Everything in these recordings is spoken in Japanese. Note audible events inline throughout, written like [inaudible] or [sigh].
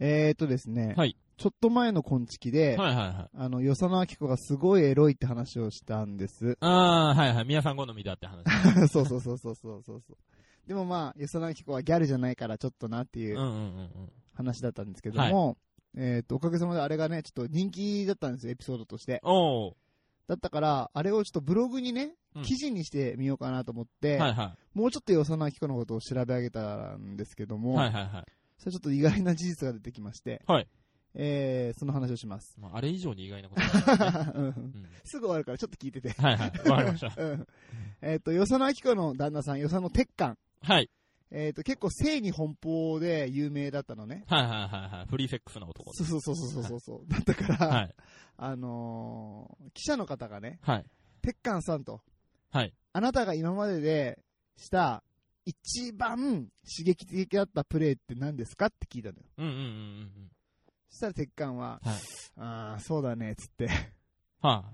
ーとですね、はいちょっと前のコンチキで、はいはいはい。あの、与謝野明子がすごいエロいって話をしたんです。 [laughs] ああ、はいはい。皆さん好みだって話。そうそうそうそうそうそうそう。でもまあ、与謝野明子はギャルじゃないからちょっとなっていうんううんうん話だったんですけども、えっ、と、おかげさまであれがね、ちょっと人気だったんですよ、エピソードとして。うん。おお。だったから、あれをちょっとブログにねうん、記事にしてみようかなと思って、はいはもうちょっと与謝野明子のことを調べ上げたんですけどい。も、はいはいはい。それちょっと意外な事実が出てきまして、はいえー、その話をします。まあ、あれ以上に意外なこと [laughs] はないね [laughs] うんうんすぐ終わるからちょっと聞いてて。 [laughs] はいはい。わかりました。うんえっ、と、与謝野明子の旦那さん、与謝野鉄管。はい。えっ、と、結構性に奔放で有名だったのね。はいはいはいはい。フリーセックスな男。そうそうそうそうそうそう。だったから、はい。あのー記者の方がね、はい。鉄管さんと、はい。あなたが今まででした一番刺激的だったプレーって何ですかって聞いたのよ。うんうんうんうんそしたら鉄管は、はいああ、そうだね、つって。 [laughs] うん。はあ。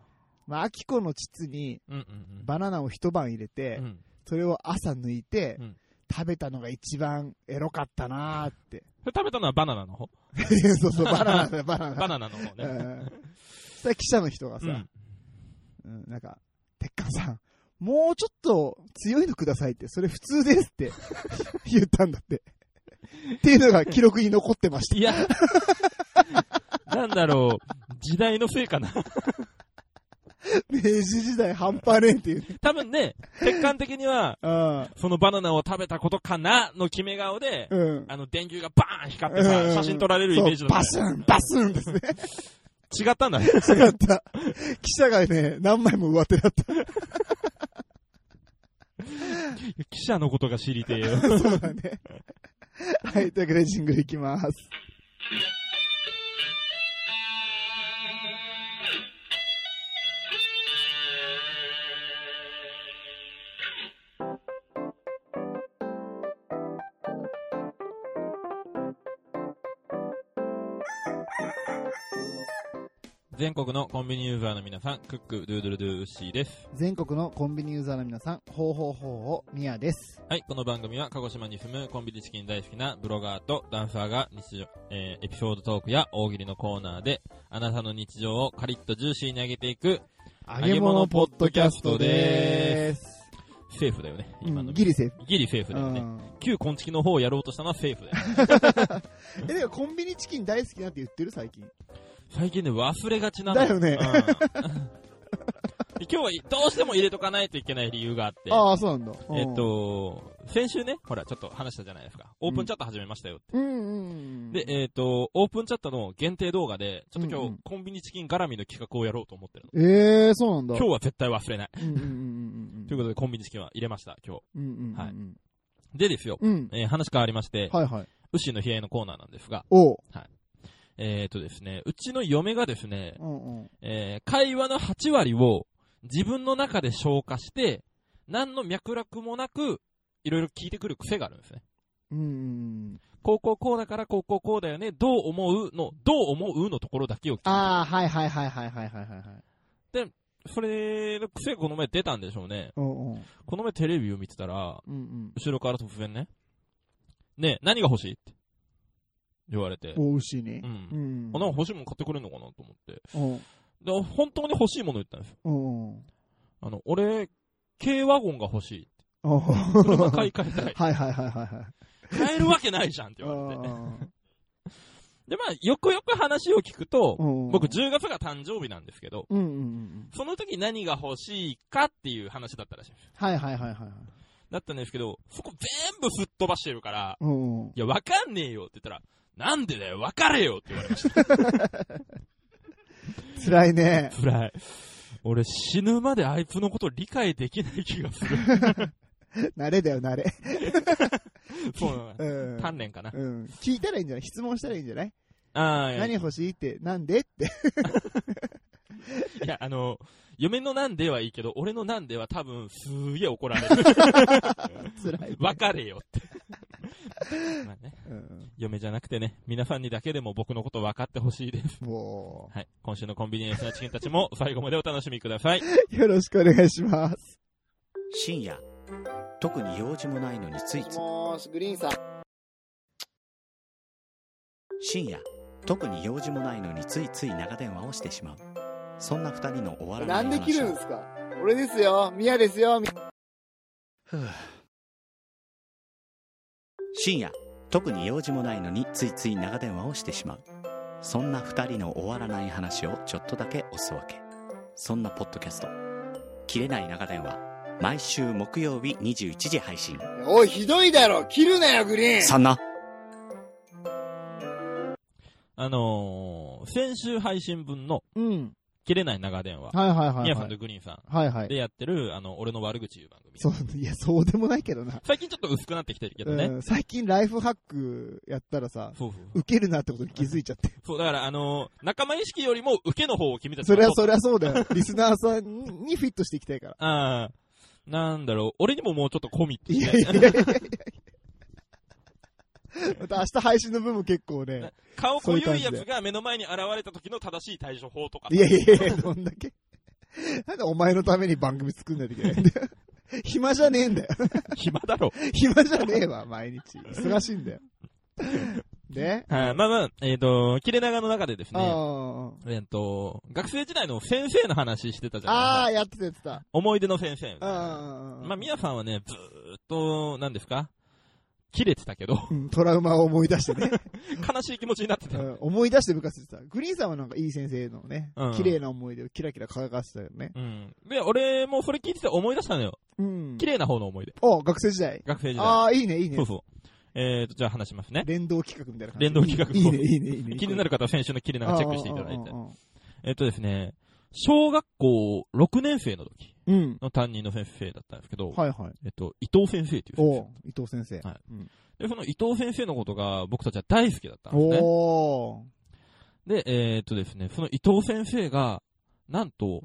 まあ、アキコの膣にうんうんうん。バナナを一晩入れて、うん。それを朝抜いて、うん食べたのが一番エロかったなーって。 [laughs] それ食べたのはバナナの方そう [laughs] そう、バナナだよ、バナナ。バナナの方うね。んそしたら記者の人がうさ、ん。うんなんか、鉄管さん、もうちょっと強いのくださいって、それ普通ですって [laughs] 言ったんだって。っていうのが記録に残ってました。いや、 [laughs] なんだろう、時代のせいかな。明治時代半端ねえっていうね。多分ね、鉄管的には、あそのバナナを食べたことかなの決め顔で、あうん。あの、電球がバーン光ってさ、写真撮られるイメージそだうったバね。スン、バスンですね。違ったんだ [laughs] ね。違った。記者がね、何枚も上手だった。記者のことが知りてえよ。そうだね。はい、というわけでジングルいきます。全国のコンビニユーザーの皆さん、クック、ドゥードゥルドゥーシーです。全国のコンビニユーザーの皆さん、ほうほうほうほう、みやです。はい、この番組は鹿児島に住むコンビニチキン大好きなブロガーとダンサーが日常、えーエピソードトークや大喜利のコーナーで、あなたの日常をカリッとジューシーに上げていく、揚げ物ポッドキャストでーす。セーフだよね、今の。ギリセーフ。ギリセーフだようね。ん旧昆虫の方をやろうとしたのはセーフだよね。え、でもコンビニチキン大好きなんて言ってる最近。最近ね、忘れがちなの。だよ [laughs] ねうん今日はどうしても入れとかないといけない理由があって、ああ、そうなんだ。えっ、と、先週ね、ほら、ちょっと話したじゃないですか。オープンチャット始めましたよって。うん、うんうん。で、えっ、と、オープンチャットの限定動画で、ちょっと今う日、んうんコンビニチキン絡みの企画をやろうと思ってるの。ええー、そうなんだ。今日は絶対忘れない。日。うんうんうんうん。ということで、コンビニチキンは入れました、今うんうんうん。はいうん。日。でですよ、うん。えー話変わりまして、はいはい。ウシの冷えのコーナーなんですが、おう。えっ、とですね、うちの嫁がですね、うんうん。えー会話の8割を自分の中で消化して、何の脈絡もなく、いろいろ聞いてくる癖があるんですね。うんうんうん。こうこうこうだからこうこうこうだよね、どう思うの、どう思うのところだけを聞いてああ、はいはいはいはいはいはいはい。それの癖がこの前出たんでしょうね。うんうん。この前テレビを見てたら、うん後ろから突然ね、ねえ、何が欲しいって言われてう、ん。おうしいねう。。うんん。あ、なんか欲しいもの買ってくれるのかなと思って。うん。で、本当に欲しいもの言ったんですよ。うんうん。あの、俺、軽ワゴンが欲しい。おう車買い替え [laughs] たい。はいはいはいはいはい。買えるわけないじゃんって言われて。で、まあ、よくよく話を聞くと、僕僕10月が誕生日なんですけど、うんうんうん。その時何が欲しいかっていう話だったらしいんですよ。はいはいはいはいはい。だったんですけど、そこ全部吹っ飛ばしてるから、うんうん。いや、わかんねえよって言ったら、なんでだよ、わかれよって言われました。辛いね。辛い。俺死ぬまであいつのこと理解できない気 [laughs] がする。慣れだよ、慣れ。そうなのうん。鍛錬かな。うん。聞いたらいいんじゃない質問したらいいんじゃないああ、いや何い欲しいって、なんでって。や、あの、嫁のなんではいいけど、俺のなんでは多分、すげえ怒ら [laughs] れる。辛 [laughs] いね。わかれよって。 [laughs] まあね、うん嫁じゃなくてね、皆さんにだけでも僕のこと分かってほしいです。 [laughs] もはい。今週のコンビニエンスなチキンたちも最後までお楽しみください。う、よろしくお願いします。深夜特に用事もないのについついもし、グリーンさん。深夜特に用事もないのについつい長電話をしてしまうそんな二人の終わらなない話んで切るんですか俺ですよ、ミヤですよ、みふう深夜特に用事もないのについつい長電話をしてしまうそんな二人の終わらない話をちょっとだけおすわけそんなポッドキャスト「切れない長電話」毎週木曜日21時配信おい、ひどいだろ切るなよ、グリーンそんなあのー、先週配信分のうん。切れない長電話、はいはいはミい、ヤさはんいと。グリーンさはいはんでい。やってる、あの、俺の悪口言う番組。そう、いや、そうでもないけどな。最近ちょっと薄くなってきてるけどうね。ん、最近ライフハックやったらさ、そうそうそう。受けるなってことに気づいちゃって。そう、だからあのー、仲間意識よりも受けの方を君たちそがり取っゃそりゃそうだよ。リスナーさんににフィットしていきたいから。ああ、なんだろう、俺にももうちょっとコミってい言っやていやいやいやいや。また明日配信の分も結構 [laughs] ね。顔そう濃いう感ゆいじでやつが目の前に現れた時の正しい対処法とか。いやいやいや、どんだけ。なんでお前のために番組作んないといけないんだよ。暇じゃねえんだよ。暇だろ。暇じゃねえわ、毎日。忙しいんだよ。で、はい、まあまあ、えっ、と、切れ長の中でですあね、ーえっ、と、学生時代の先生の話してたじゃあないー、やってたやってた。思い出の先生。あーまあ、みやさんはね、ずーっと、なんですか切れてた [laughs] けど、うんトラウマを思い出してね。悲しい気持ちになってうた。ん思い出して部活してた。グリーンさんはなんかいい先生のねうん、綺麗な思い出をキラキラ輝かせてたよね。うん。で、俺もそれ聞いてて思い出したのよ。うん綺。麗な方の思い出。お、学生時代。学生時代。ああ、いいね、いいねそう。そう。えっ、と、じゃあ話しますね。連動企画みたいな感じ。連動企画いいね、いいね、いいね。気になるる方は先週の切れ長チェックしていただいて。うえっとですね、小学校6年生の時ん。の担任の先生だったんですけど、はいはい。えっと、伊藤先生っていう先お伊藤先生。はいうん生。で、その伊藤先生のことが僕たちは大好きだったんですね。おー。で、えっとですね、その伊藤先生が、なんと、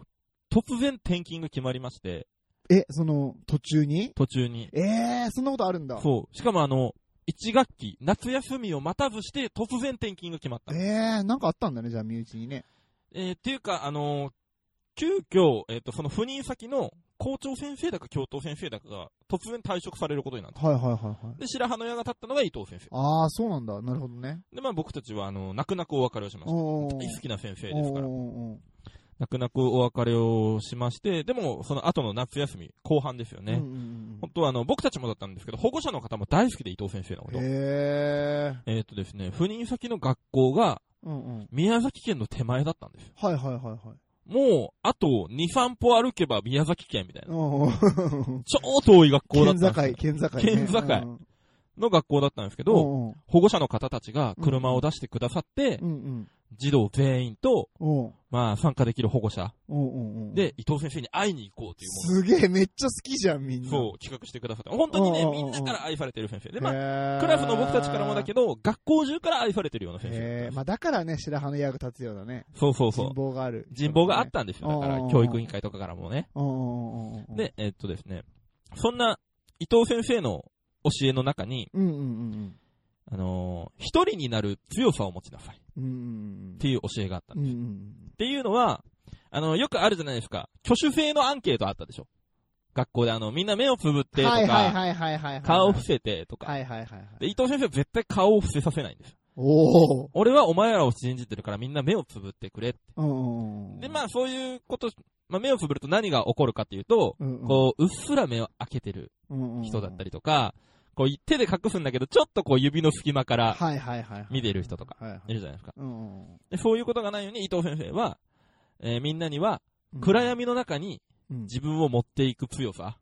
突然転勤が決まりまして、え、その、途中に途中に。ええー、そんなことあるんだ。そう。しかもあの、1学期、夏休みを待たずして突然転勤が決まった。ええー、なんかあったんだね、じゃあ、身内にね。えーっていうか、あのー急遽、えっ、と、その赴任先の校長先生だか教頭先生だかが突然退職されることになった。はいはいはいはい。で、白羽の矢が立ったのが伊藤先生。ああ、そうなんだ。なるほどね。で、まあ僕たちは、あの、泣く泣くお別れをしました。おー大好きな先生ですから。おー泣く泣くお別れをしまして、でも、その後の夏休み、後半ですようんうんうね。ん本当はあの、僕たちもだったんですけど、保護者の方も大好きで伊藤先生のこうん。と。へえ。えっ、とですね、赴任先の学校がうんうん。宮崎県の手前だったんですよ。はいはいはいはい。もう、あと2、3歩歩けば宮崎県みたいな。おー超遠い学校だ県った境んです、よ県境ね。県境うんの学校だったんですけど、おー保護者の方たちが車を出してくださって、うんうん。児童全員と、おーまあ、参加できる保護者おーおーおーで、伊藤先生に会いに行こうというもすげえ、めっちゃ好きじゃん、みんな。のを、そう、企画してくださって、本当にね、うんうんみうんんなから愛されてる先生で、まあ、まクラスの僕たちからもだけど。ど、学校中から愛されてるような先へ生ー。まあだからね、白羽の矢が立つようなね。そうそう人そう。望がある。人望があったんですよ。だうかんうんうら、ん教育委員会とかからもね。うんうんうんうん。で、えっとですね、そんな伊藤先生の教えの中に、うんうんうんあのー一人になる強さを持ちなさいっうん。うんうんていう教えがあったんうん。うですんうんうん。っていうのは、あの、よくあるじゃないですか。挙手制のアンケートあったでしょ。学校であの、みんな目をつぶってとか、はいはいはいはいはいはい。顔を伏せてとか、はいはいはいはい。で、伊藤先生は絶対顔を伏せさせないんですよ。おお。俺はお前らを信じてるからみんな目をつぶってくれって。うんうんうん。で、まあそういうこと、まあ目をつぶると何が起こるかっていうと、うんうん、こう、うっすら目を開けてるうんうん人だったり。りとか、こう、手で隠すんだけど、ちょっとこう指の隙間からはいはいはいはい。見てる人とか、はいはいるじゃないですか。うんうんうんでそういうことがないように伊藤先生は、えーみんなには、暗闇の中にうん、自分を持っていく強さ、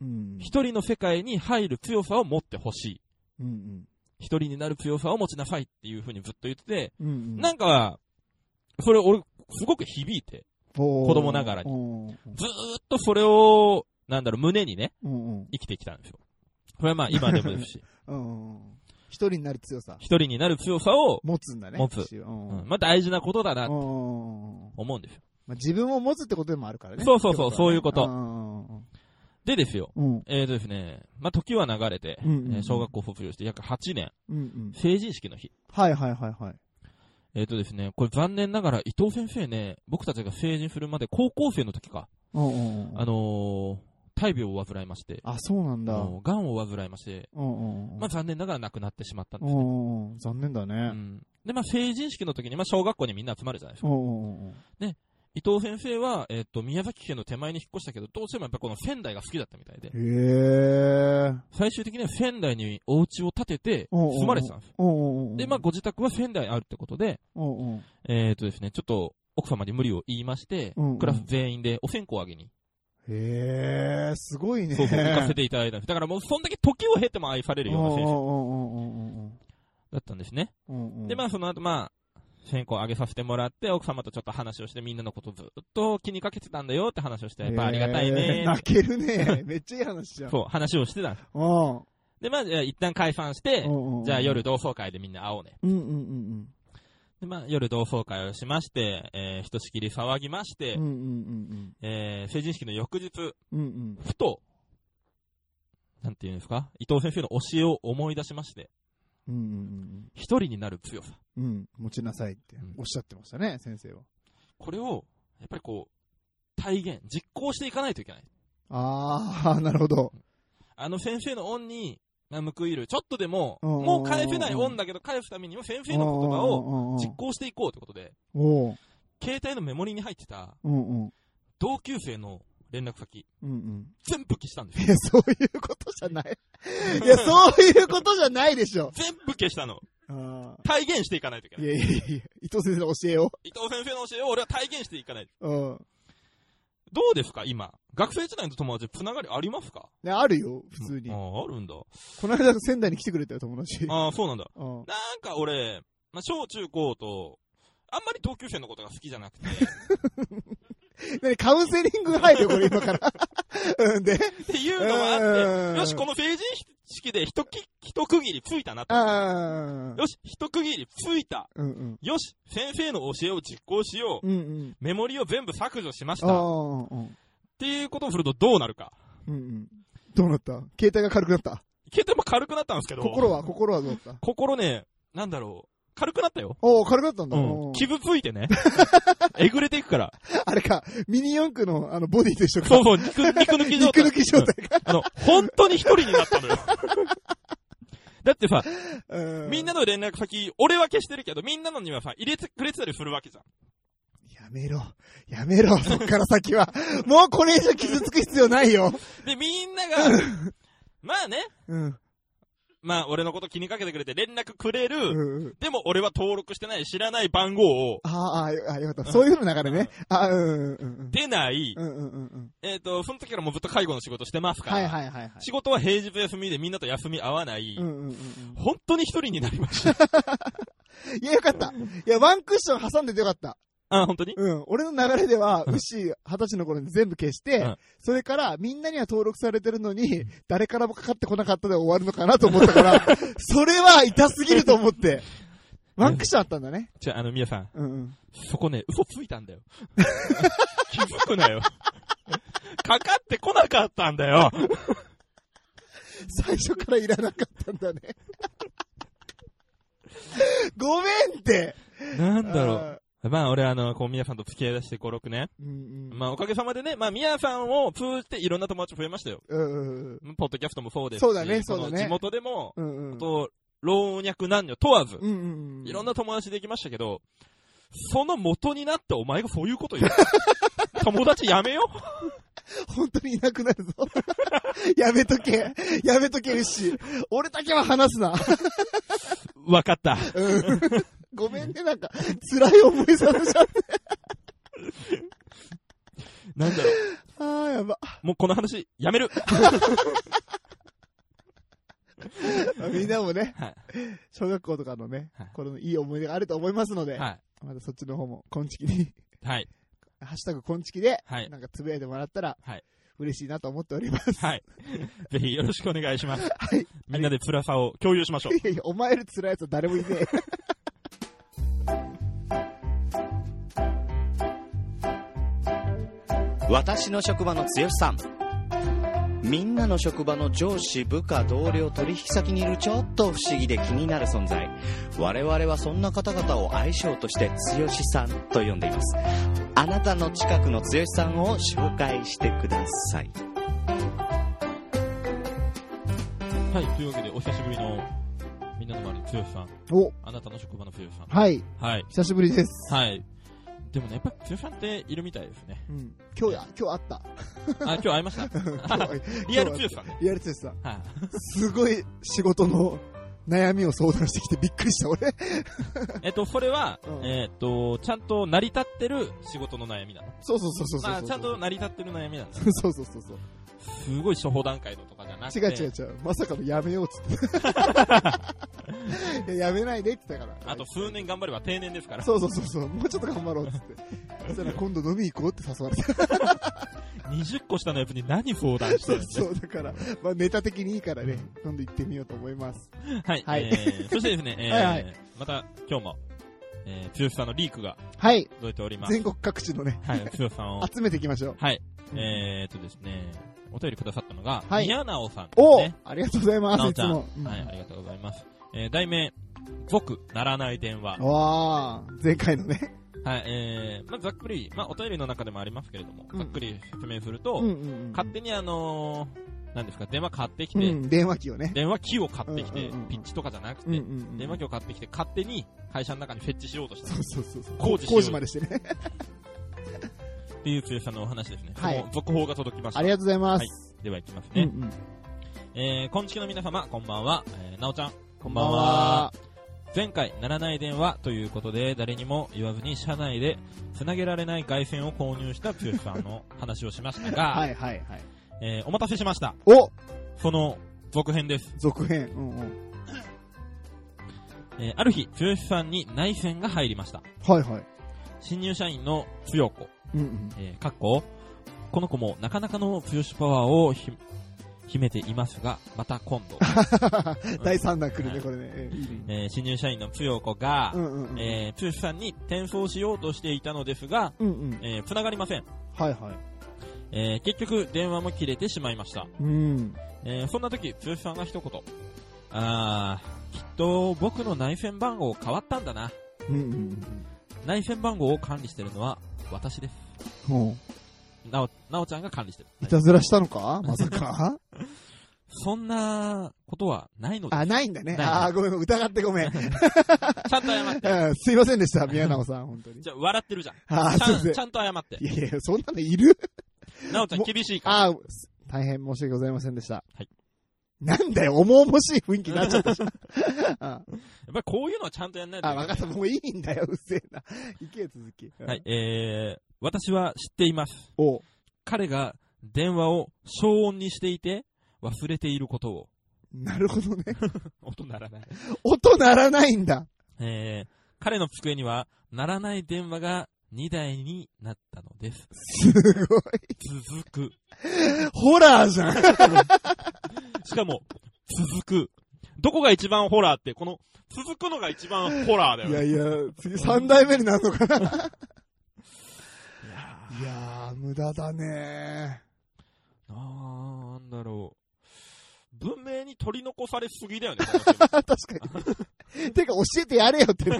うん一人の世界に入る強さを持ってほしい。うん一人になる強さを持ちなさいっていう風にずっと言ってて、うん。うんなんか、それ俺、すごく響いて、子子供ながらにうんうんずーっとそれを、なんだろう、胸にね、うん生きてきたんですよ。これはまあ今でもで [laughs] すし、うんうん。一人になる強さ。一人になる強さを、持つんだね。持つ一応うんうんまあ大事なことだなうとんうんうんうん思うんですよ。まあ自分を持つってことでもあるからね。そうそうそうってそういうことはねうんうんでですよ、うんうん。えーとですね、まあ時は流れて、うんうんうんえー小学校卒業して約8年、うんうん。成人式の日。はいはいはいはい。えっ、とですね、これ残念ながら伊藤先生ね、僕たちが成人するまで高校生の時か、うんうんうんあのー、大病を患いまして、あ、そうなんだ。あうんの癌を患いまして、うんうん。まあ残念ながら亡くなってしまったんうですね。んうんうん。残念だうね。ん、で、まあ、成人式の時に、まあ、小学校にみんな集まるじゃないですか。おうおうおう伊藤先生は、えっ、と、宮崎県の手前に引っ越したけど、どうしてもやっぱこの仙台が好きだったみたいで、へえ。最終的には仙台にお家を建てて、おうおうおう住まれてたんですよ。おうおうおうで、まあ、、ご自宅は仙台にあるってことで、おうおうえっ、とですね、ちょっと、奥様に無理を言いましてうんうん、クラス全員でお線香をあげに、へえ、すごいね。そうそう、行かせていただいたんです。だからもう、そんだけ時を経ても愛されるようなおう選手おだったんですね。うおうおうおうおうおうで、まあ、その後、まあ、線香をあげさせてもらって、奥様とちょっと話をして、みんなのことずっと気にかけてたんだよって話をして、やっぱありがたいへねえーっ泣けて。るね。めっちゃいい話じゃん。そう、話をしてたんです。うんで、まあ、じゃあ一旦解散して、じゃあ。う夜ん同窓会でみんな会おうね。うんうんうんで、まあ、夜同窓会をしまして、えー、ひとしきり騒ぎまして、うん。うんうんえー、成人式の翌日、うんうん。うんうん。ふと、なんていうんですか、伊藤先生の教えを思い出しまして、うんうん一人になる強さ。うん。うん。持ちなさいってうんおっしゃってましたね、先生は。これを、やっぱりこう、体現、実行していかないといけない。あー、なるほど。あの先生の恩に、まあ、報いる。ちょっとでも、うんうんうんうんもう返せない恩だけど、返すためには先生の言葉をを実行していこうということで、おう携帯のメモリに入ってたうんうん。同級生の連絡先、うんうん。全部消したんですいよ。や、そういうことじゃない。いや、そういうことじゃないでしょ。全部消したの。あ体現していかないといけーいない。やいやいや、伊藤先生の教えを。伊藤先生の教えを俺は体現していかない。うん。どうですか今。学生時代の友達、つながりありますかね、あるよ、普通に。あこあ、あるんだ。の間仙台に来てくれたよ、友達。ああ、そうなんだ。うん。なんか俺、まあ、小中高と、あんまり同級生のことが好きじゃなく [laughs] て、何、カウンセリング入るよ、これ今から。 [laughs] うんで。っていうのがあっうんて、よし、この成人式で一き一区切りついたなと。ああ。よし、一区切りついた。うんうん。よし、先生の教えを実行しよう。うんうん。メモリを全部削除しましあた。っあ。うんていうことをするとどうなるか。うん。どうなった携帯が軽くなった。携帯も軽くなったんですけど。心は、心はどうだった心ね、なんだろう。軽くなったよ。おお軽くなったんだ。うおん。ー傷ついてね。えぐれていくから。 [laughs] あれか、ミニ四駆の、あの、ボディと一緒か。そうそう、肉、肉抜き状肉態。抜き状態か。あの、本当に一人になったのよ。だってさ、うみんなの連絡先、俺は消してるけど、みんなのにはさ、入れてくれてたりするわけじゃん。やめろ。やめ [laughs] ろ。そっから先は。もうこれ以上傷つく必要ないよ。で、みんなが、まあね、うん。まあ俺のこと気にかけてくれて連絡くれる、うんうん。でも俺は登録してない知らない番号をあーあー、よあよかった。そういうふうな流れね。あーうんうんうん。出ない、うんうんうんうん。えっ、と、その時からもうずっと介護の仕事してますから、はいはいはいはい。仕事は平日休みでみんなと休み合わない、うんうんうんうん。本当に一人になりました。 [laughs] いや、よかった。いや、ワンクッション挟んでてよかった。あ、本当にうん。俺の流れでは、うんうっしー、二十歳の頃に全部消して、うんそれから、みんなには登録されてるのに、誰からもかかってこなかったで終わるのかなと思った [laughs] から、それは痛すぎると思って。ワンクッションあったんだね。じゃあ、あの、皆さん、うんうん。そこね、嘘ついたん [laughs] だよ。気づくなよ。かかってこなかったんだよ。最初からいらなかったんだね。 [laughs] ごめんって。なんだろう。まあ、俺、あの、こう、みやさんと付き合いだして5、6年。う。うんうん。まあ、おかげさまでね、まあ、みやさんを通じていろんな友達増えましたよ。うんうんポッドキャストもそうですし。そうだねそうだねこの地元でも、うん。うんうん。と、老若男女問わず、うんうんうん。いろんな友達できましたけど、その元になってお前がそういうこと [laughs] 言う。友達やめよ本当にいなくなるぞ。 [laughs] やめとけ。やめとけ、るし。俺だけは話すな。わかった。うん。 [laughs] ごめんね、なんか、辛い思いさせちゃって。なんだろう。 [laughs] あー、やば。もうこの話、や [laughs] める。みんなもね、はい小学校とかのね、はいこのいい思い出があると思いますので、はまたそっちの方も、こんちきに、 [laughs] い。はい。ハッシュタグこんちきで、はい。なんかつぶやいてもらったら、はい嬉しいなと思っております。はい。ぜひよろしくお願いします。はい。みんなで辛さを共有しましょう。いやいや、 [laughs] お前より辛いやつは誰もいねえ。私の職場の剛さんみんなの職場の上司部下同僚取引先にいるちょっと不思議で気になる存在我々はそんな方々を愛称として剛さんと呼んでいますあなたの近くの剛さんを紹介してくださいはい。というわけで、お久しぶりのみんなの周りの剛さん。お、あなたの職場の剛さん。はい。はい。久しぶりです。はい。でもね、やっぱ剛さんっているみたいですね。うん。今日や、今日あった。 [laughs] あ、今日会いましたリアル剛さんね。リアルツさん。はい。すごい仕事の悩みを相談してきてびっくりした、俺。えっと、それはう、んえっと、ちゃんと成り立ってる仕事の悩みなの。そうそうそうそうそうそう。まあ、ちゃんと成り立ってる悩みなんだ。そうそうそうそう。すごい初歩段階のとかじゃなくて。違う違う違う。まさかのやめようっつ [laughs] って。いややめないでって言ったから。あと数年頑張れば定年ですから。そうそうそうそう。もうちょっと頑張ろうっつって。そしたら今度飲み行こうって誘われた。 20個下のやつに何相談してそるんうですそう。だから、まあネタ的にいいからね、今度行ってみようと思います。はい。はいえーそしてですね、えーはいはまた今日も、えー、剛さんのリークがはい。届いております。全国各地のね、はい、剛さんを。 [laughs] 集めていきまし [laughs] ょう。はい。えー、とですね、お便りくださったのが、はい宮直さんですおね。ありがとうございます、直いちつゃん。もは。うんい、ありがとうございます。えー、題名、僕、ならない電話。わー、前回のね。はい、えー、まあ、ざっくり、まあ、お便りの中でもありますけれども、うんざっくり説明すると、うんうんうん勝手にあのー、なんですか、電話買ってきうて、ん、電話機をね。電話機を買ってきて、うんうんうんピッチとかじゃなくて、うんうんうん電話機を買ってきて、勝手に会社の中に設置しようとしたそうそうそうそう。工事しよう工事までしてね。っていう剛さんのお話ですね。はいその続報が届きました。ありがとうございます。では行きますうんうね。ん。えー、こんちきの皆様、こんばんは。えー、なおちゃん。ここんばんは。。前回、ならない電話ということで、誰にも言わずに社内で繋げられない外線を購入した剛さんの話をしましたが、 [laughs] はいはいはい。えー、お待たせしました。おその続編です。続編。うんうん。えー、ある日、剛さんに内線が入りました。はいはい。新入社員のつよこ、うんうん。えー、かっこ、この子もなかなかのつよしパワーをひ秘めていますが、また今 [laughs] 度。第3弾来るはね、いこれね。えーえー新入社員のつよこが、うんうんうん。えー、つよしさんに転送しようとしていたのですが、うんうん。えー、繋がりません。はいはい。えー、結局、電話も切れてしまいました。うん。えー、そんな時、つよしさんが一言。あー、きっと僕の内線番号変わったんだな。うんうん内線番号を管理してるのは私です。うん。もなお、なおちゃんが管理してる。う、いたずらしたのかまさ [laughs] かそんなことはないのであ、ないんだね。ないあーごめん、疑って [laughs] ごめん。ちゃんと謝って。うんすいませんでした、宮直さん、本当に。じゃあ笑ってるじゃん。 [laughs] あちー、すいゃませんんち。ゃんと謝って。いやいや、そんなのいるなおちゃんも厳しいから。あーす大変申し訳ございませんでした。はい。なんだよ、重々しい雰囲気になっちゃったし。あやっぱりこういうのはちゃんとやんないと。あ、わかった、 [laughs] もういいんだよ、うっせえな。 [laughs] いけ、続き。はい、。えー、私は知っています。おう彼が電話を消音にしていて、忘れていることを。なるほどね。 [laughs] 音ならない。音鳴らないんだ。えー、彼の机には、ならない電話が2台になったのです。すごい。続く。ホラーじゃん。しかも、続く。どこが一番ホラーって、この、続くのが一番ホラーだよいねや。いや、次三代目になるのか [laughs] な。いやー、無駄だね [laughs] なんだろう。文明に取り残されすぎだよね、この人あ確か [laughs] に。てか、教えてやれよってね。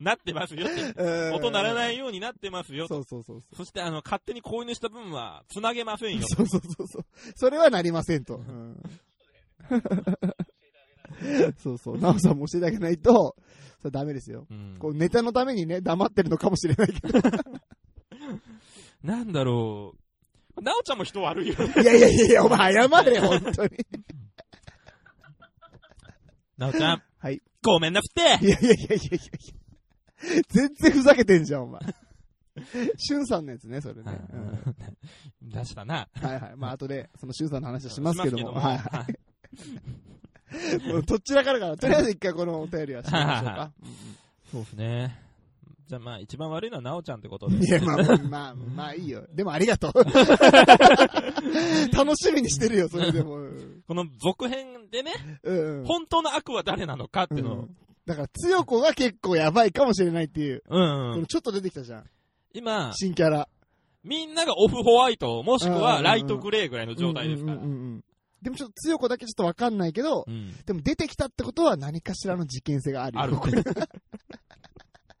なってますよって。 [laughs] 音音鳴らないいようになってますよ。そうそうそうそう。そして、あの、勝手に購入した分は、繋げませんよ。そうそうそうそう。それはなりませんと。うん、 [laughs] そうそう。なおさんも教えてあげないと、それダメですよ。うんこうネタのためにね、黙ってるのかもしれないけど。なんだろう。なおちゃんも人悪いよね。いやいやいやいや、お前謝れよ、本当に。なおちゃん。 [laughs] はい。ごめんなくていやいやいやいやいやいや全然ふざけてんじゃん、お前。しゅんさんのやつね、それね。うん出したな。はいはい。まあ、後で、そのしゅんさんの話はしますけども。しはいますけどもはい。もうどっちらからから、とりあえず一回このお便りはしましょうか。そうですね。じゃあまあ、一番悪いのはなおちゃんってこといで。や、まあ、まあ、まあいいよ。でもありがと [laughs] う。楽しみにしてるよ、それでも。うんこの続編でね、うん。本当の悪は誰なのかっていうのうをん。だから、つよこが結構やばいかもしれないっていう。うんうこのん。ちょっと出てきたじゃん。今、新キャラ。みんながオフホワイト、もしくうはんライトグレーぐらいの状態ですかうらんうん。うんうんでもちょっと強子だけちょっとわかんないけど、うん。でも出てきたってことは何かしらの事件性があるよ。ある。 [laughs]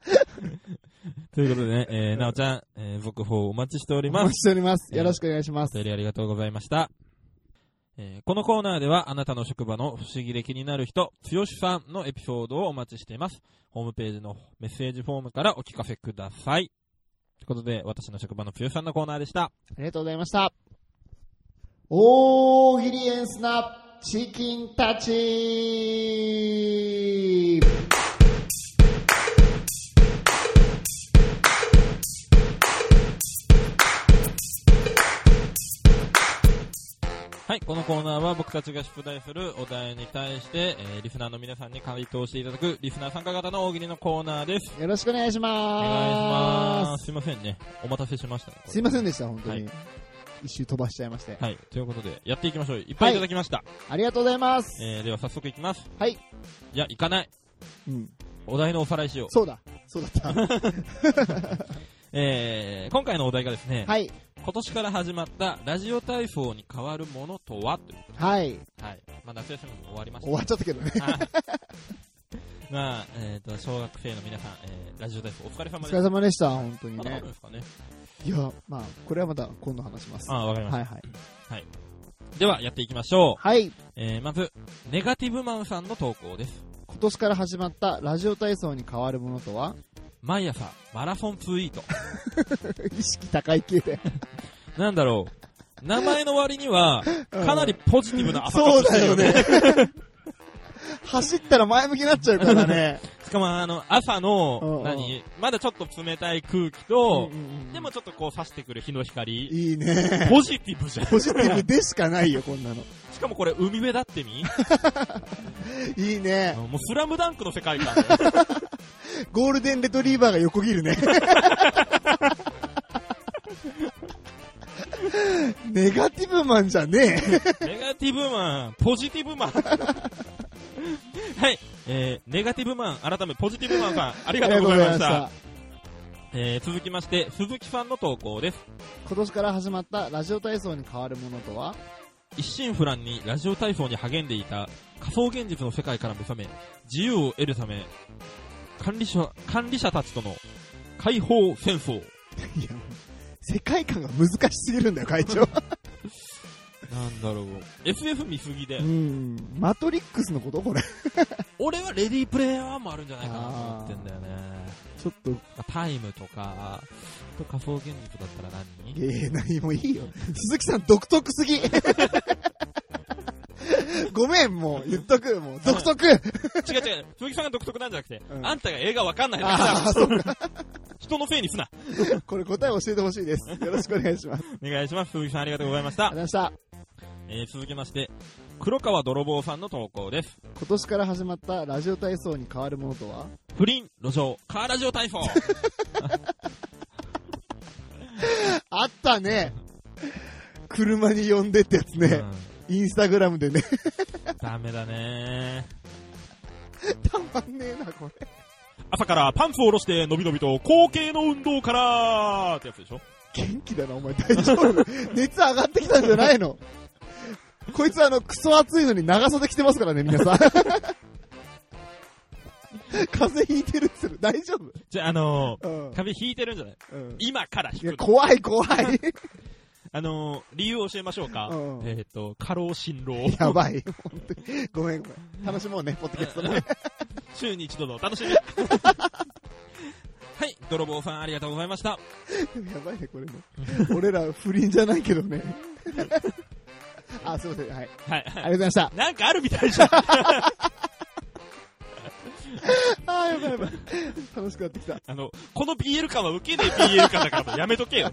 ということでね、えー、なおちゃん、えー、続報お待ちしておりおま待す。ちしております。よろしくお願いしますお。便りありがとうございました。えーこのコーナーではあなたの職場の不思議で気になる人、つよしさんのエピソードをお待ちしています。ホームページのメッセージフォームからお聞かせください。ということで、私の職場のつよしさんのコーナーでした。ありがとうございました。大喜利エンスなチキンたちはい、このコーナーは僕たちが出題するお題に対して、えーリスナーの皆さんに回答していただく、リスナー参加型の大喜利のコーナーです。よろしくお願いしお願いしま。ますす。すいませんね。お待たせしましたね。すいませんでした、本当に。は一周飛ばしちゃいまして。はい、ということで、やっていきましょう。いっぱいいただきました。ありがとうございます。えー、では早速いきます。はい。いや、行かない。うん。お題のおさらいしよう。そうだ。そうだ [laughs] った。えー、今回のお題がですね、はい。今年から始まったラジオ体操に変わるものとはというこはい。とはい。まあ、夏休みも終わりまし終わっちゃったけどね。た。はい。 [laughs] まあ、えっ、と、小学生の皆さん、えー、ラジオ体操お疲れお様で疲す。れ様でした、本当にまだあねるん。ですかね。いや、まあ、これはまた今度話します。あはあ、わかりいましはい。た。では、やっていきましょう。はい。えー、まず、ネガティブマンさんの投稿です。今年から始まったラジオ体操に変わるものとは [laughs] 毎朝、マラソンツイート。意識高い系で。なんだろう。名前の割 [laughs] には、かなりポジティブな朝そう活してだるよよね。ね。走ったら前向きになっちゃうからね。しかもあの、朝うんうのん、何、まだちょっと冷たい空気うんとう、んうんでも、ちょっとこう差してくる日の光、いいね。ポジティブじゃん。ポジティブでしかないよ、こんなの。しかもこれ海辺だってみいいあね。のもうスラムダンクの世界観だよゴールデンレトリーバーが横切る [laughs] ね。ネガティブマンじゃねえ。ネガティブマン、ポジティブマン。はい、えー、ネガティブマン、改めポジティブマンさん、ありがとうございました。ありがとうございました。えー、続きまして、鈴木さんの投稿です。今年から始まったラジオ体操に変わるものとは一心不乱にラジオ体操に励んでいた仮想現実の世界から目覚め、自由を得るため、管理者、管理者たちとの解放戦争。いや、世界観が難しすぎるんだよ、会長。なんだろう。FF 見すぎでう。ん。マトリックスのことこれ。俺はレディープレイヤーもあるんじゃないかなと思ってんだよね。ちょっと、タイムとか、と仮想現実だったら何えー、何もいいよ。鈴木さん、独特すぎ。 [laughs] ごめん、もう、言っとく、もう、独特。違う違う。鈴木さんが独特なんじゃなくて、うんあんたが映画わかんないだけああ、だ。そうか。人のせいにすな。これ答え教えてほしいです。よろしくお願いします。お願いします。鈴木さんありがとうございましあたり。がとうございました。えー、続きまして、黒川泥棒さんの投稿です。今年から始まったラジオ体操に変わるものとは不倫、路上、カーラジオ体操。あったね。車に呼んでってやつ [laughs] うね。んインスタグラムでね。 [laughs] ダメだねたまんねえな、これ。朝からパンツを下ろして伸び伸びと後傾の運動からってやつでしょ元気だな、お前大丈夫 [laughs] 熱上がってきたんじゃないのこいつあの、クソ暑いのに長袖着てますからね、皆さん。 [laughs] 風邪ひいてるっする。大丈夫じゃあ、あのうんー、。壁引いてるんじゃないうん今からい引や、く。怖い怖い。あのー、理由を教えましょうか。うんえっ、と、過労心労。やばい。本当にごめんごめん。楽しもうね、ポッドキャスト [laughs] ね。週に一度のお楽 [laughs] しみ。はい、泥棒さんありがとうございました。やばいね、これね。俺ら不倫じゃないけどね。あ、すいません。はい。はい。ありがとうございました。なんかあるみたいじゃん。 [laughs] あー、やばいやばい。楽しくなってきた。あの、この BL 感は受けねえ BL 感だからもうやめとけよ。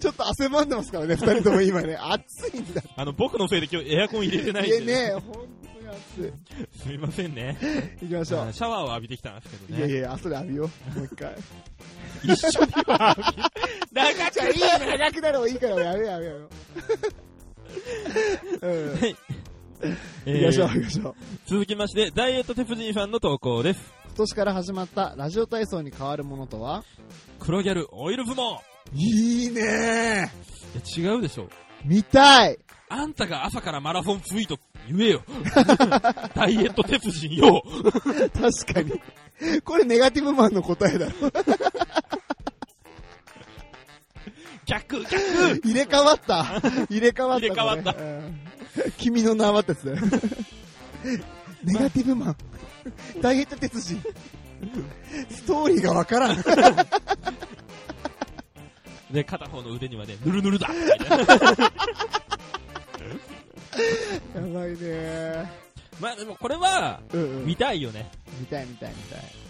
ちょっと汗ばんでますからね、二人とも今ね。暑いんだ。あの、僕のせいで今日エアコン入れてないいんで。やね、本当に暑い。すいませんね。行きましょあう。シャワーを浴びてきたんですけどいやいね。や、後で浴 [laughs] びよう。もう一回。一緒には浴び。長じゃあいいよ、長くなるもいいから、やめようやめ [laughs] よう。うん。はい。え行きましょう、行ー、きましょう。続きまして、ダイエット鉄人さんの投稿です。今年から始まったラジオ体操に変わるものとは黒ギャルオイル相撲いいねいや違うでしょ。見たいあんたが朝からマラソンツイート言 [laughs] えよ。ダイエット鉄人よ。確かに。これネガティブマンの答えだろ。逆、逆入れ替わった。入れ替わった、ね。入れ替わったうん。君の名はってやつ [laughs] だよ。ネガティブマン。ダイエット鉄人。ストーリーがわからん。で、片方の腕にはね、ぬるぬるだみたいなやばいねまあでもこれは、うんうん。見たいよね。見たい見たい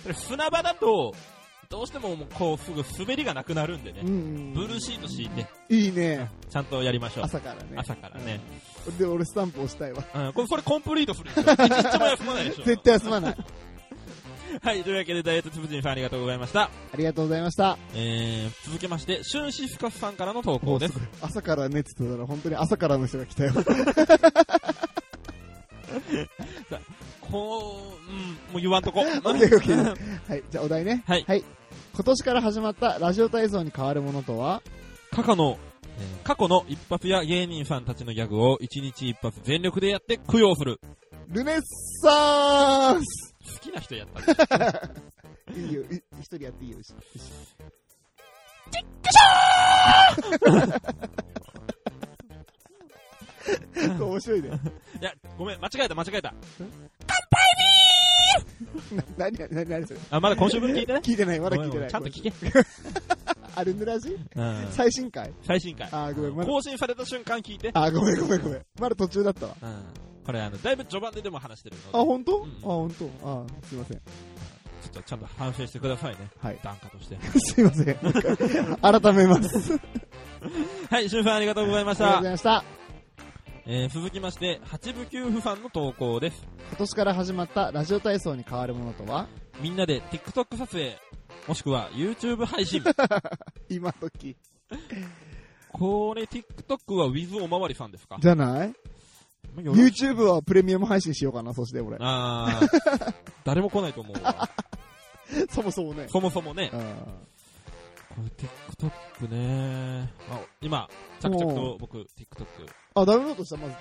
見たい。砂場だと、どうしてももうこうすぐ滑りがなくなるんでうね。んブルーシート敷いて、うん。いいね。ちゃんとやりましょう。朝からね。朝からね。うん。で、俺スタンプ押したいわ。うん、これ、これコンプリートするよ。 [laughs] 一日も休まないでしょ。絶対休まない。はい、というわけで、ダイエットつぶじんさんありがとうございました。ありがとうございました。えー、続きまして、春志ふかすさんからの投稿です。朝からねって言ってたら本当に朝からの人が来た [laughs] よ。こう、うん、もう言わんとこ。オッケーオッケーはい、じゃあお題ね。はい今年から始まったラジオ体操に変わるものとは [laughs] 過去の、えー過去の一発や芸人さんたちのギャグを一日一発全力でやって供養する。ルネッサンス好きな人やったんだいいよ、い一人やっていいよ。ししちょっと面白いね。いや、ごめん、間違えた、間違えた。な、な、な、な、それ。あ、まだ今週分聞いてない聞いて [laughs] ない、まだ聞いてない。ちゃんと聞け。あれ、ぬらし [laughs] うん最新回最新回。あーごめんまだ更新された瞬間聞いて。あ、ごめんごめんごめん。まだ途中だったわ。うんこれ、あの、だいぶ序盤ででも話してるあ、ので、本当？うあん、本当。あ、すいません。 [laughs] ちょっとちゃんと反省してくださいね。はい。段下として。 [laughs] すいません。改めます。はい、しゅんさんありがとうございましありがとうたござ。いました。えー、続きまして、八部九夫さんの投稿です。今年から始まったラジオ体操に変わるものとはみんなで TikTok 撮影、もしくは YouTube 配 [laughs] 信。今時。これ、TikTok は With おまわりさんですかじゃないまあよろ [laughs] ?YouTube はプレミアム配信しようかな、そして俺。あー、誰も来ないと思うわ。 [laughs] そもそもね。そもそもねう。んこれ TikTok ね、まあ、今、着々と僕 TikTok。あ、ダウンロードした、まず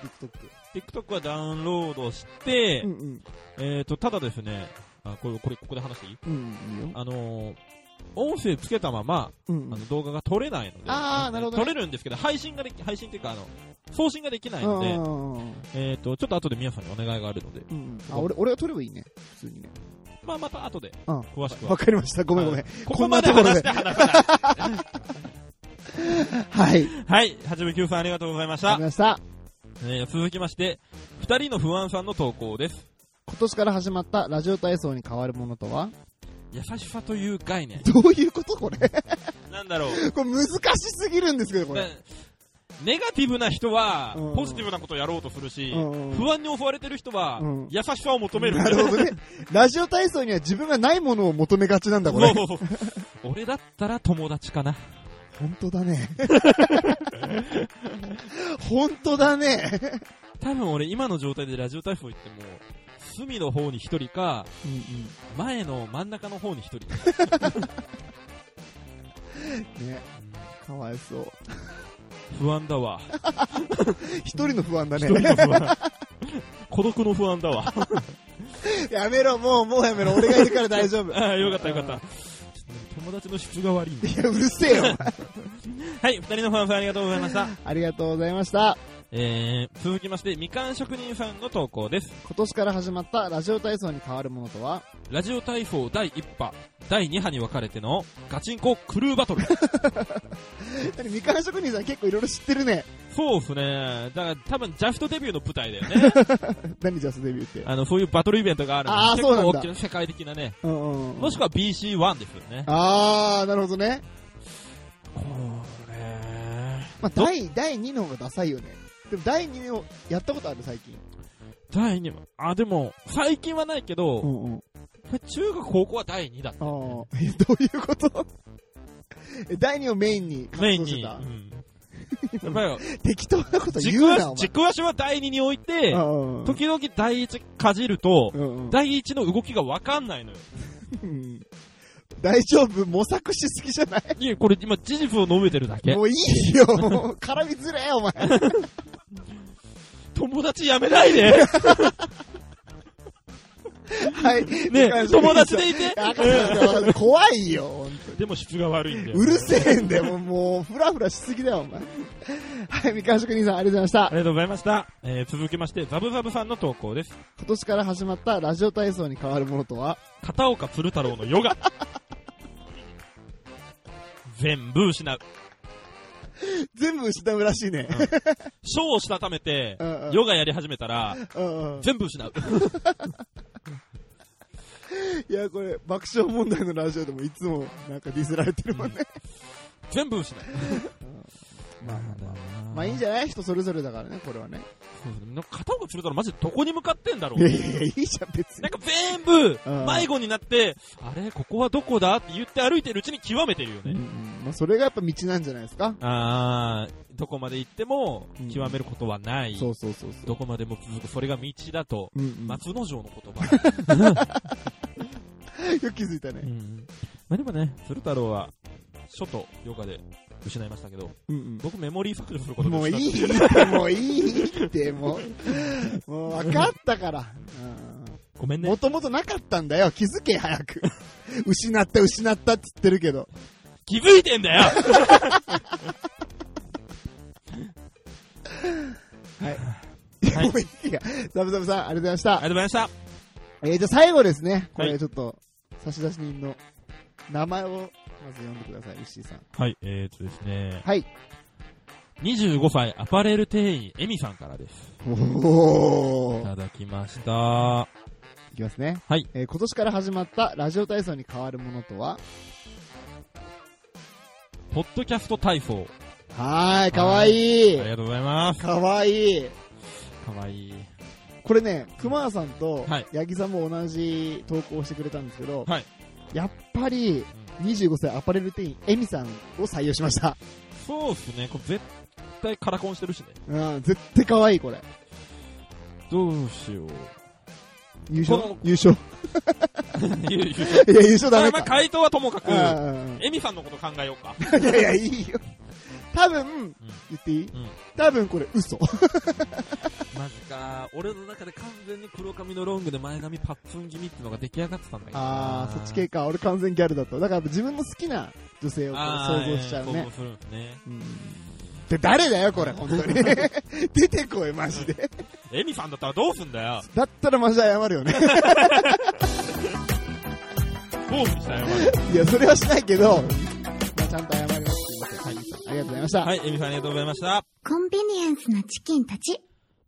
TikTok。 TikTok はダウンロードして、うんうん。えーと、ただですね、あ、これ、これ、ここで話していいうん、いいよ。あのー、音声つけたまま、うんあ。の動画が撮れないので、あーなるほどね撮れるんですけど、配信ができ、配信っていうか、あの、送信ができないので、うんえーと、ちょっと後で皆さんにお願いがあるので、うん。あ、俺、俺が撮ればいいね。普通にね。まあまた後で、うん詳しくわは。かりました。ごめんごめん。ここまで話して話さない。はい。はい、はじめきゅうさん [laughs] ありがとうございましあたり。ました。えー続きまして、二人の不安さんの投稿です。今年から始まったラジオ体操に変わるものとは優しさという概念。どういうことこ [laughs] れ。こなんだろう。れ難しすぎるんですけど、こねれ。ネガティブな人はうん、ポジティブなことをやろうとするし、うん不安に襲われてる人はうん、優しさを求める。なるほどね。ラジオ体操には自分がないものを求めがちなんだ、これ。そうそうそう俺だったら友達かな。本当だ [laughs] ね。本当だね。多分俺今の状態でラジオ体操行っても、隅の方に一人か、前の真ん中の方に一人。ね、かわいそう。不安 [laughs] だわ。一人の不安だ一ね。人の不安。孤独の不安だわ。やめろ、もう、もうやめろ。俺がいるから大丈 [laughs] 夫。いああ、よかったよかった。ちょっとね友達の質が悪いんだや、うるせえよ。はい、二人のファンファンありがとうございました。 [laughs] ありがとうございました。えー、続きまして、みかん職人さんの投稿です。今年から始まったラジオ体操に変わるものとはラジオ体操第1波、第2波に分かれてのガチンコクルー [laughs] バトル。みかん職人さん結構いろいろ知ってるね。そうっすね。だから多分ジャフトデビューの舞台だよね。何ジャスデビューって。あの、そういうバトルイベントがあるのあーそうなんだ結構大きな世界的なね。うんうんうんもしくは BC1 ですよね。あー、なるほどね。これ、まあ、第、第2の方がダサいよね。でも第2のやったことある最近。第2波。あ、でも、最近はないけど、こんうん。れ中学高校は第2だったああよ、えどういうことえ第2をメインにね。活メイン動してに。うた。んやっ [laughs] ぱり適当なこと言軸うな、足お、前。軸足は第二に置いて、うん時々第一かじると、うんうん第一の動きがわかんないのよ。うん大丈夫模索しすぎじゃないいや、これ今事実を述べてるだけも。ういいよ、もう絡みづれえ、お前。 [laughs] 友達やめないではい。ねえ友達で。でいて。赤坂さん怖いよ、本当にでも質が悪いんだよ。うるせえんだよ、もう、もうフラフラしすぎだよ、お前。はい、みかん職人さん、ありがとうございまあした。りがとうございました。えー続きまして、ザブザブさんの投稿です。今年から始まったラジオ体操に変わるものとは、片岡鶴太郎のヨガ。 [laughs] 全部失う。全部失うらしいね。賞をしたためてうんうん、ヨガやり始めたら、うんうん全 [laughs] 部失う。いや、これ、爆笑問題のラジオでもいつもなんかディスられてるもんね。全部失う。まあまあまあ。まあいいんじゃない人それぞれだからね、これはね。そうですねなんか片岡鶴太郎マジでどこに向かってんだろいやう。いやいや、いいじゃん、別になん。か全部うん迷子になって、あれここはどこだって言って歩いてるうちに極めてるようんうね。んまあ、それがやっぱ道なんじゃないですか。あー、どこまで行ってもうん極めることはない。そうそうそうそう。どこまでも続く、それが道だと。うんうん、松之丞の言 [laughs] 葉。よく気づいたね。まあでもね、鶴太郎は、書とヨガで失いましたけど、うん僕メモリー削除するこうん、とでもういしいって、もういいって、もう。もう分かったから。たごめんねも。ともとなかったんだよ。気づけ、早く。 [laughs] 失った、失ったって言ってるけど。気づいてんだよはいもういいや。ザブザブさん、ありがとうございましたあ。りがとうございました。えー、じゃあ最後ですね。こはれいちょっと、差出人の名前をまず読んでください、石井さん。はい、えー、っとですね、はい。 25歳アパレル店員、エミさんからです。おいー。ただきました。いきますね。はい。えー今年から始まったラジオ体操に変わるものとはポッドキャスト体操。はーい、かわいあいり。がとうございます。かわいい。かわいい。これね、熊田さんとはい、八木さんも同じ投稿をしてくれたんですけど、はいやっぱり、25歳アパレル店員、エミさんを採用しました。そうっすね、これ絶対カラコンしてるしね。うん、絶対かわいい、これ。どうしよう。優こ勝の優勝。いやいやいや、優勝ダまあメまあか。回答はともかく、うんうんうんエミさんのこと考えようか。いやいや、いいよ。多分、言っていい、ん多分これ嘘。マジか。俺の中で完全に黒髪のロングで前髪パッツン気味ってのが出来上がってたんだけどな。あー、そっち系か。俺完全ギャルだった。だから自分の好きな女性をこうあー。想像しちゃうえーね想像。するんですね。うんで、誰だよ、これ、本当 [laughs] に。出てこい、マジで。エミさんだったらどうすんだよ。だったらマジで謝るよね。どうし [laughs] たよ。いや、それはしないけど、まあ、ちゃんと謝ります。すいませんありがとうございました。はい、エミさんありがとうございました。コンビニエンスなチキンたち。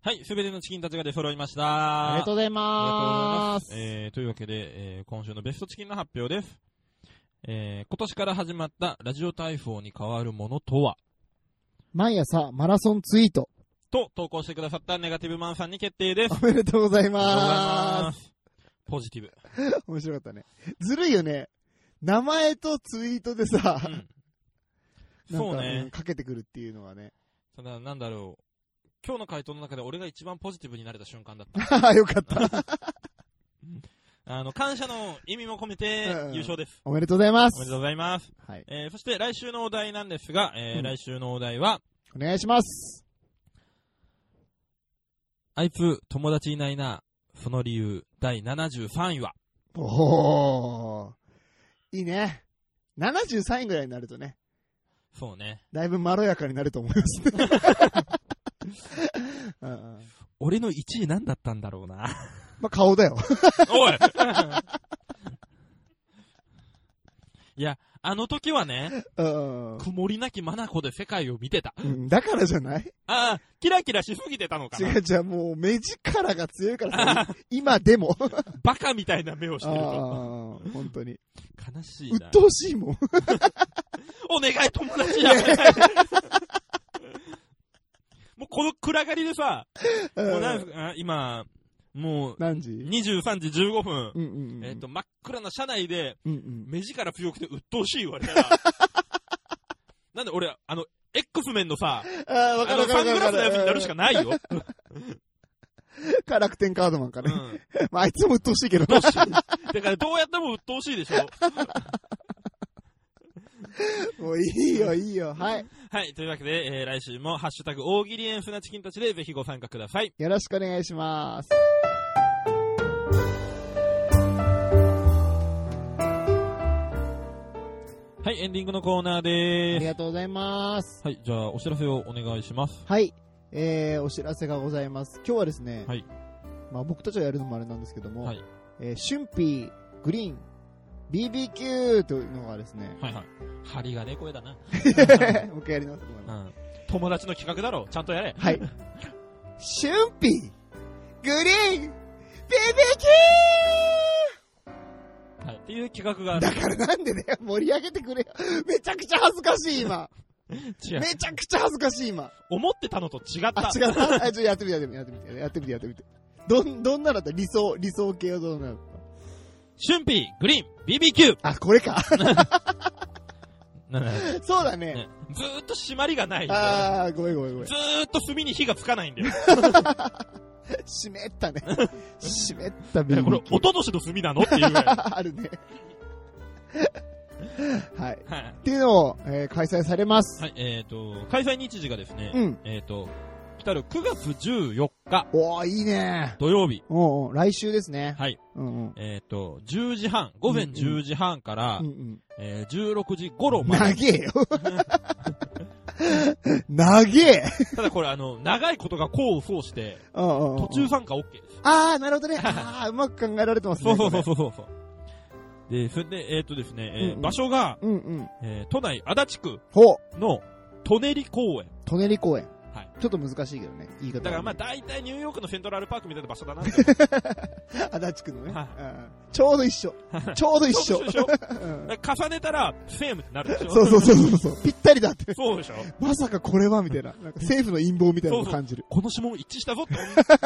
はい、すべてのチキンたちが出揃いました。ありがとうございま。ありがとうございますす。えー、というわけで、えー、今週のベストチキンの発表です。えー、今年から始まったラジオ体操に変わるものとは毎朝、マラソンツイート。と投稿してくださったネガティブマンさんに決定です。おめでとうございあます。す。ポジティブ。 [laughs] 面白かったね。ずるいよね。名前とツイートでさ、うん、なんそうかねん。かけてくるっていうのはね。 [laughs] ただ、なんだろう。今日の回答の中で俺が一番ポジティブになれた瞬間だった。 [laughs] ああ、よかった。あの、感謝の意味も込めてうんうん優勝です。おめでとうございまおすめで。とうございます。はい。えー、そして来週のお題なんですが、えーうん来週のお題は、お願いします。あいつ友達いないな、その理由、第73位は、おー。いいね。73位ぐらいになるとね、そうね、だいぶまろやかになると思います。 [laughs] うんうん俺の1位なんだったんだろうな。まあ、顔だよ。お [laughs] いいや、あの時はね、うんうん曇りなき眼で世界を見てた。うんだからじゃないああ、キラキラしすぎてたのか違な。う違う、もう目力が強いから [laughs] さ、今でも。あバカみたいな目をしてあると。、本当に。悲しい鬱な。陶しいもん。お願い友達やめ [laughs] もうこの暗がりでさ、もうなんすあ今、もう何時23時15分、うんうんうん。えっ、と、真っ暗な車内で、うんうん。目力強くて鬱陶しい言われた [laughs] ら、なんで俺、あの、X メンのさ、ああ、わあかの、るわかサンるグわかラスのやつになるしる。かないよ。か、楽天カードマンかうね。ん。まあ、あいつも鬱陶しいけ [laughs] どどうしようだからどうやっても鬱陶しいでしょ。もういいよ、いいよ。はい。はい、というわけで、えー来週も、ハッシュタグ、大喜利エンフなチキンたちでぜひご参加ください。よろしくお願いします。はい、エンディングのコーナーでありーがとうございますす。。はい、じゃあ、お知らせをお願いします。はい。えー、お知らせがございます。今日はですね、はい、まあ僕たちがやるのもあれなんですけども、はい、えー、春ピー、グリーン、BBQ というのがです [laughs] ね、はい、はい。張りがね、声だな。もう一回やり直そうと思います。うん。友達の企画だろ、ちゃんとやれ。はい。春ピー、グリーン、BBQ! はい、っていう企画があるだ。からなんでね、盛り上げてくれよ。めちゃくちゃ恥ずかしい今。違うめ。ちゃくちゃ恥ずかしい今。思ってたのと違った。あ、違う。あ、ちょっとやってみて、やってみて、やってみて、やってみて、やってみて。どん、どんなだった理想、理想系はどうなの春辟、グリーン、BBQ! あ、これか。ななそうだね。ねずーっと締まりがないんだよね。あー、ごめんごめんごめんず。ーっと炭に火がつかないんだよ。湿った [laughs] ね。湿ったいや BBQ。これ、おととしの炭なのっていう [laughs] ぐらい。[laughs] はあるね。 [laughs] はい。っいていうのを、えー開催されます。はい、えっ、と、開催日時がですね、うんえっ、と、来たる9月14日おー、いいね。土曜日、おうおう来週ですね。はい、うんうん。えっ、と、10時半、午前うんうん10時半から、うんえー16時頃うん。ま長で。えよ。 [laughs] 長え。ただこれ、あの、長いことが功を奏して、うんうんうん途中参加 OK です。あー、なるほ [laughs] どね。あー、うまく考えられてますそね。うそうそうこそうそう。で、それで、えっ、とですね、えーうんうん場所が、れ。うんうん。えー都内足立区ほう。の舎人公園。舎人公園。はいちょっと難しいけどね。言い方が。だからまあ大体ニューヨークのセントラルパークみたいな場所だなって。足立区のね。はいうんちょうど一緒。ちょうど [laughs] 一緒そう。でしょうん重ねたら、セームってなるでしょそうそうそうそうそう。ぴったりだって。そうでしょまさかこれはみたいな。なんか政府の陰謀みたいなのを感じる。この指紋一致したぞって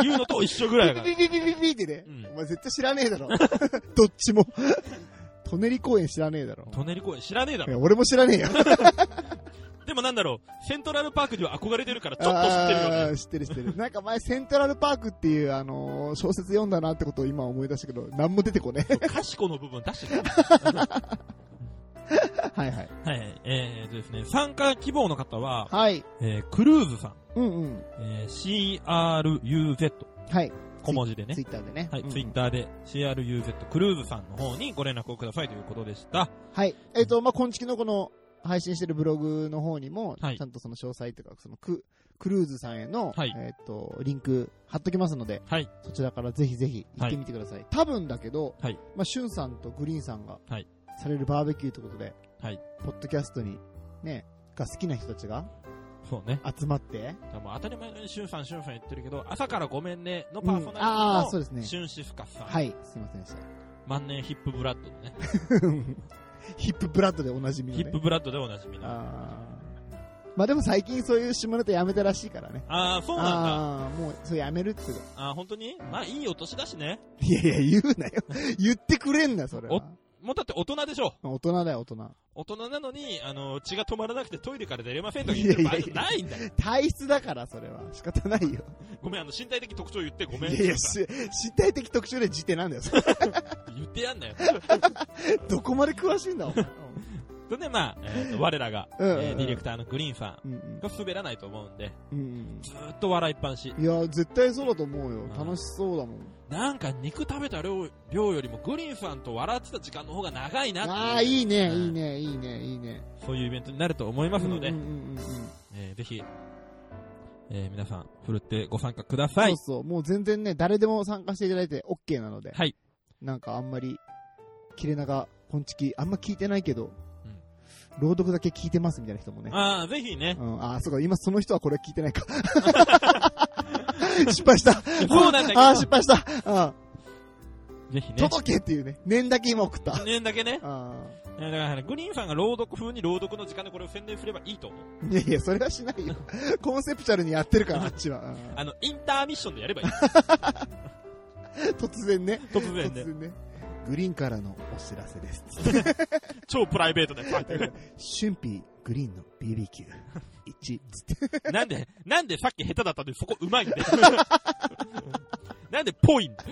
言うのと一緒ぐらいが。 [laughs] ピピピピピピってねうん。お前絶対知らねえだろ。どっちも。舎人公園知らねえだろ。舎人公園知らねえだいろ。や俺も知らねえよ。ちょっでもなんだろう、セントラルパークには憧れてるからちょっと知ってるよね。知ってる知ってる。なんか前セントラルパークっていうあのー小説読んだなってことを今思い出したけど、なんも出てこねかしこの部分出してる。え。はいはい。はい。えーとですね、参加希望の方は、はい。えークルーズさん、うんうん。えー CRUZ、はい。小文字でねツイ。ッターでね。はい、うんうんツイッターで CRUZ クルーズさんの方にご連絡をくださいということでした。はい。えっ、と、まあ、今月のこの配信してるブログの方にも、はいちゃんとその詳細というか、そのク、クルーズさんへの、はいえっ、と、リンク貼っときますので、はいそちらからぜひぜひ行ってみてください。多分だけど、はいまあ、シュンさんとグリーンさんが、はいされるバーベキューということで、はいポッドキャストに、ね、が好きな人たちがそうね。集まって、だからもう当たり前のようにシュンさん、シュンさん言ってるけど、朝からごめんねのパーソナリティの、ああ、そうですね。シュンシスカスさん。はい、すいませんでし万年ヒップブラッドのね。た。 [laughs] ヒップブラッドでおなじみのヒね。ップブラッドでおなじみの。ああーまあでも最近そういう下ネタやめたらしいからね。あー、そうなんだ。ああー、もう、それやめるってこと。あー本当にまあいいお年だしね。いやいや、言うなよ。言ってくれんな、それは。もうだって大人でしょ。まあ大人だよ、大人。大人なのに、あの、血が止まらなくてトイレから出れませんとか言ってる場合じゃないんだよ。体質だから、それは。仕方ないよ。ごめん、あの、身体的特徴言ってごめん。いやいや、シし身体的特徴で辞典なんだよ。それュンさん言ってやんなよ。どこまで詳しいんだ、お前。とね、まあ、えーと我らが、えうんうんうんーディレクターのグリーンさうんんが滑らないと思うんで、うん。うんずーっと笑いっぱなし。うん。いや、絶対そうだと思うよん。楽しそうだもん。なんか肉食べた量量よりもグリーンさんと笑ってた時間の方が長いなっていうああ、いいね、うんいいね、いいね、いいね。そういうイベントになると思いますので、うんうんうんうんえーぜひ、えー皆さん、ふるってご参加くださそ。いうそう。もう全然ね、誰でも参加していただいて OK なので。はい。なんかあんまり、切れ長、本チキ、あんま聞いてないけど、朗読だけ聞いてますみたいな人もね。ああ、ぜひね。うん、あー、そうか、今その人はこれ聞いてないか。 [laughs] 失敗した。そうなんだけどあー、失敗した。ぜひうん、ね。届けっていうね。念だけ今送った。あ念だけね。ーえーだから、グリーンさんが朗読風に朗読の時間でこれを宣伝すればいいと思う。いやいや、それはしないよ。コンセプチャルにやってるから、あっちは。うんあの、インターミッションでやれば [laughs] いい。突然ね。突然突で。然ね。グリーンからのお知らせです。超プライベートでパッ春辟グリーンの BBQ。1、つって。て。なんで、なんでさっき下手だったんでそこうまいん [laughs] で。なんでぽいんだ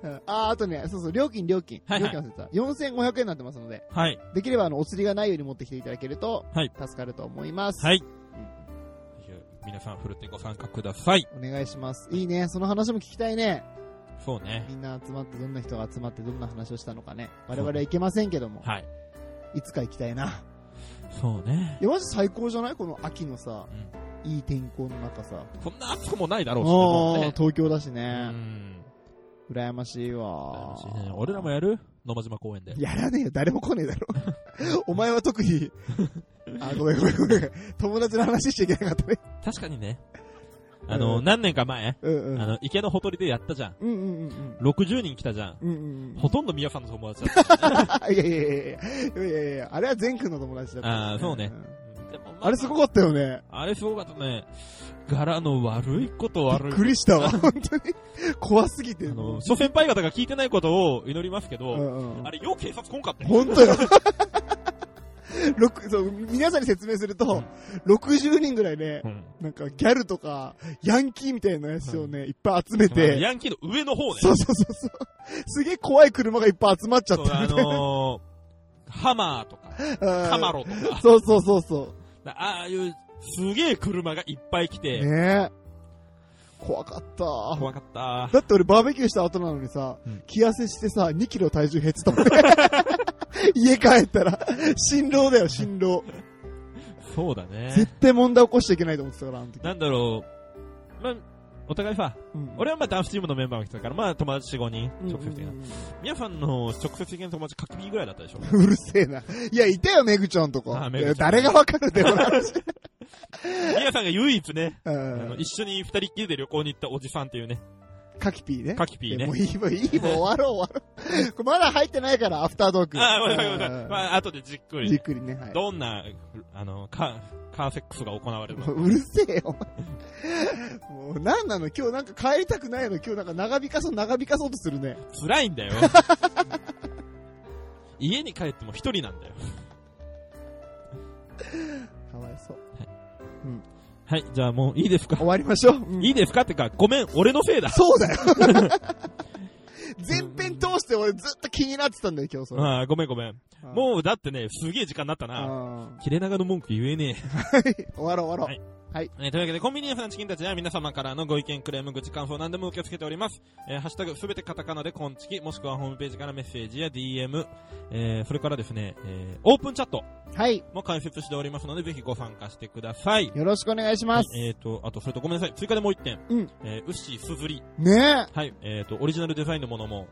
うんあー、あとね、そうそう、料金、料金。はいはい料金忘れてた。4500円になってますので、はい。できればあの、お釣りがないように持ってきていただけると、はい助かると思います。はい。皆さん、ふるってご参加ください。お願いします。いいね。その話も聞きたいね。そうね。みんな集まって、どんな人が集まって、どんな話をしたのかね。我々は行けませんけども、はい。いつか行きたいな。そうね。いや、マジ最高じゃないこの秋のさう、んいい天候の中さ。そんな暑くもないだあろうしねもうーね。東京だしうね。ん。羨ましいわ楽しいね俺らもやる野間島公園で。やらねえよ、誰も来ねえだろ。 [laughs] お前は特に、あ、ごめんごめんごめん。友達の話しちゃいけなかったね。確かにね。あの、うん何年か前、うんあうん。の、池のほとりでやったじゃん。うんうんうんうん。 60人来たじゃん。うんうんうんほとんど宮さんの友達 [laughs] だった。あいやいやいやいやいやいやいや、あれは全くんの友達だった、あーそうねんうんでもまあれすごかったよね。あれすごかったね。柄の悪いことび悪っいくりした [laughs] わ、本当に。怖すぎて。あの、諸先輩方が聞いてないことを祈りますけうど、んうんあれよう警察来んかったよ。本当よ。 [laughs] ろくそう皆さんに説明すると、60人ぐらいね、うんなんかギャルとか、ヤンキーみたいなやつをね、いっぱい集めて、ヤンキーの上の方ね。そうそうそうそう。すげえ怖い車がいっぱい集まっちゃっそてうるあみたいのー、ハマーとか、な。うんカマロとか、そうそうそうそああいうすげえ車がいっぱい来う。て、ねえ。怖かった。怖かった。だって俺バーベキューした後なのにさ、うん気痩せしてさ、2キロ体重減ってたもんね。 [laughs] 家帰ったら、辛労だよ、辛労。そうだね。絶対問題起こしちゃいけないと思ってたから、あの時。なんだろう、まあ、お互いさ、うん俺はまあダンスチームのメンバーが来てたから、まあ友達4、5人、うん直接的な。皆さんの直接的な友達、かきびぐらいだったでしょ。うるせえな。いや、いたよ、メグちゃんとあか。メいグちゃんや誰がわかるんだよ、この [laughs] 話。皆さんが唯一ね、うあのん。一緒に二人っきりで旅行に行ったおじさんっていうね、カキピーね。カキピーいやもね。ういい、もういい、もう終わろう、終わろう。これまだ入ってないから、アフタードーク。ああ、ごめんごめんごめんうんまあ、後でじっくりじっね。くりね、はい。どんな、あの、カー、カーセックスが行われ [laughs] るのもううるせえよ、お前もう、なんなの今日なんか帰りたくないの今日なんか長引かそう、長引かそうとするね。辛いんだよ。家に帰っても一人なんだよ。かわいそう。はい、じゃあもういいですか終わりましょう。うんいいですかってか、ごめん、俺のせいだ。そうだよ。 [laughs] 前編通して俺ずっと気になってたんだよ、今日それ。ああ、ごめんごめん。う、もうだってね、すげえ時間になったな。あ切れ長の文句言えねー終わろう終わろう。え。えーというわけで、コンビニエンスなチキンたちは皆様からのご意見、クレーム、愚痴、感想、何でも受け付けております。えーハッシュタグ、すべてカタカナでコンチキ、もしくはホームページからメッセージや DM、えーそれからですね、えーオープンチャットはい。も開設しておりますので、ぜひご参加してください。よろしくお願いします。はいえっ、と、あと、それとごめんなさい。追加でもう一点。うんえーウッシーすずり。ねはい。えっ、と、オリジナルデザインのものも、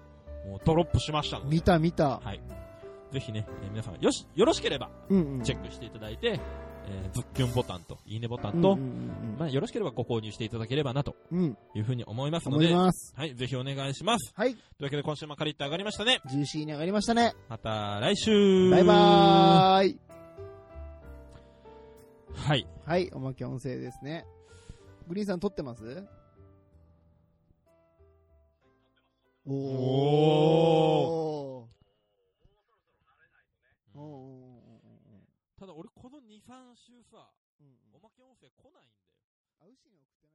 もうドロップしましたえ。ので。見た見た。はい。ぜひね、えー皆さん、よし、よろしければ、うんうん。チェックしていただいて、えーズッキュンボタンと、いいねボタンと、うんうんまあ、よろしければご購入していただければな、とうん。うん。いうふうに思いますの思でい、ます。はい。ぜひお願いします。はい。というわけで、今週もカリッと上がりましたね。ジューシーに上がりましたね。また来週バイバーイ。ーはい。はい、おまけ音声ですね。グリーンさん撮ってますおおーおーおーただ、俺、この2、3週さ、おまけ音声来ないんだよ。あ牛に送ってないね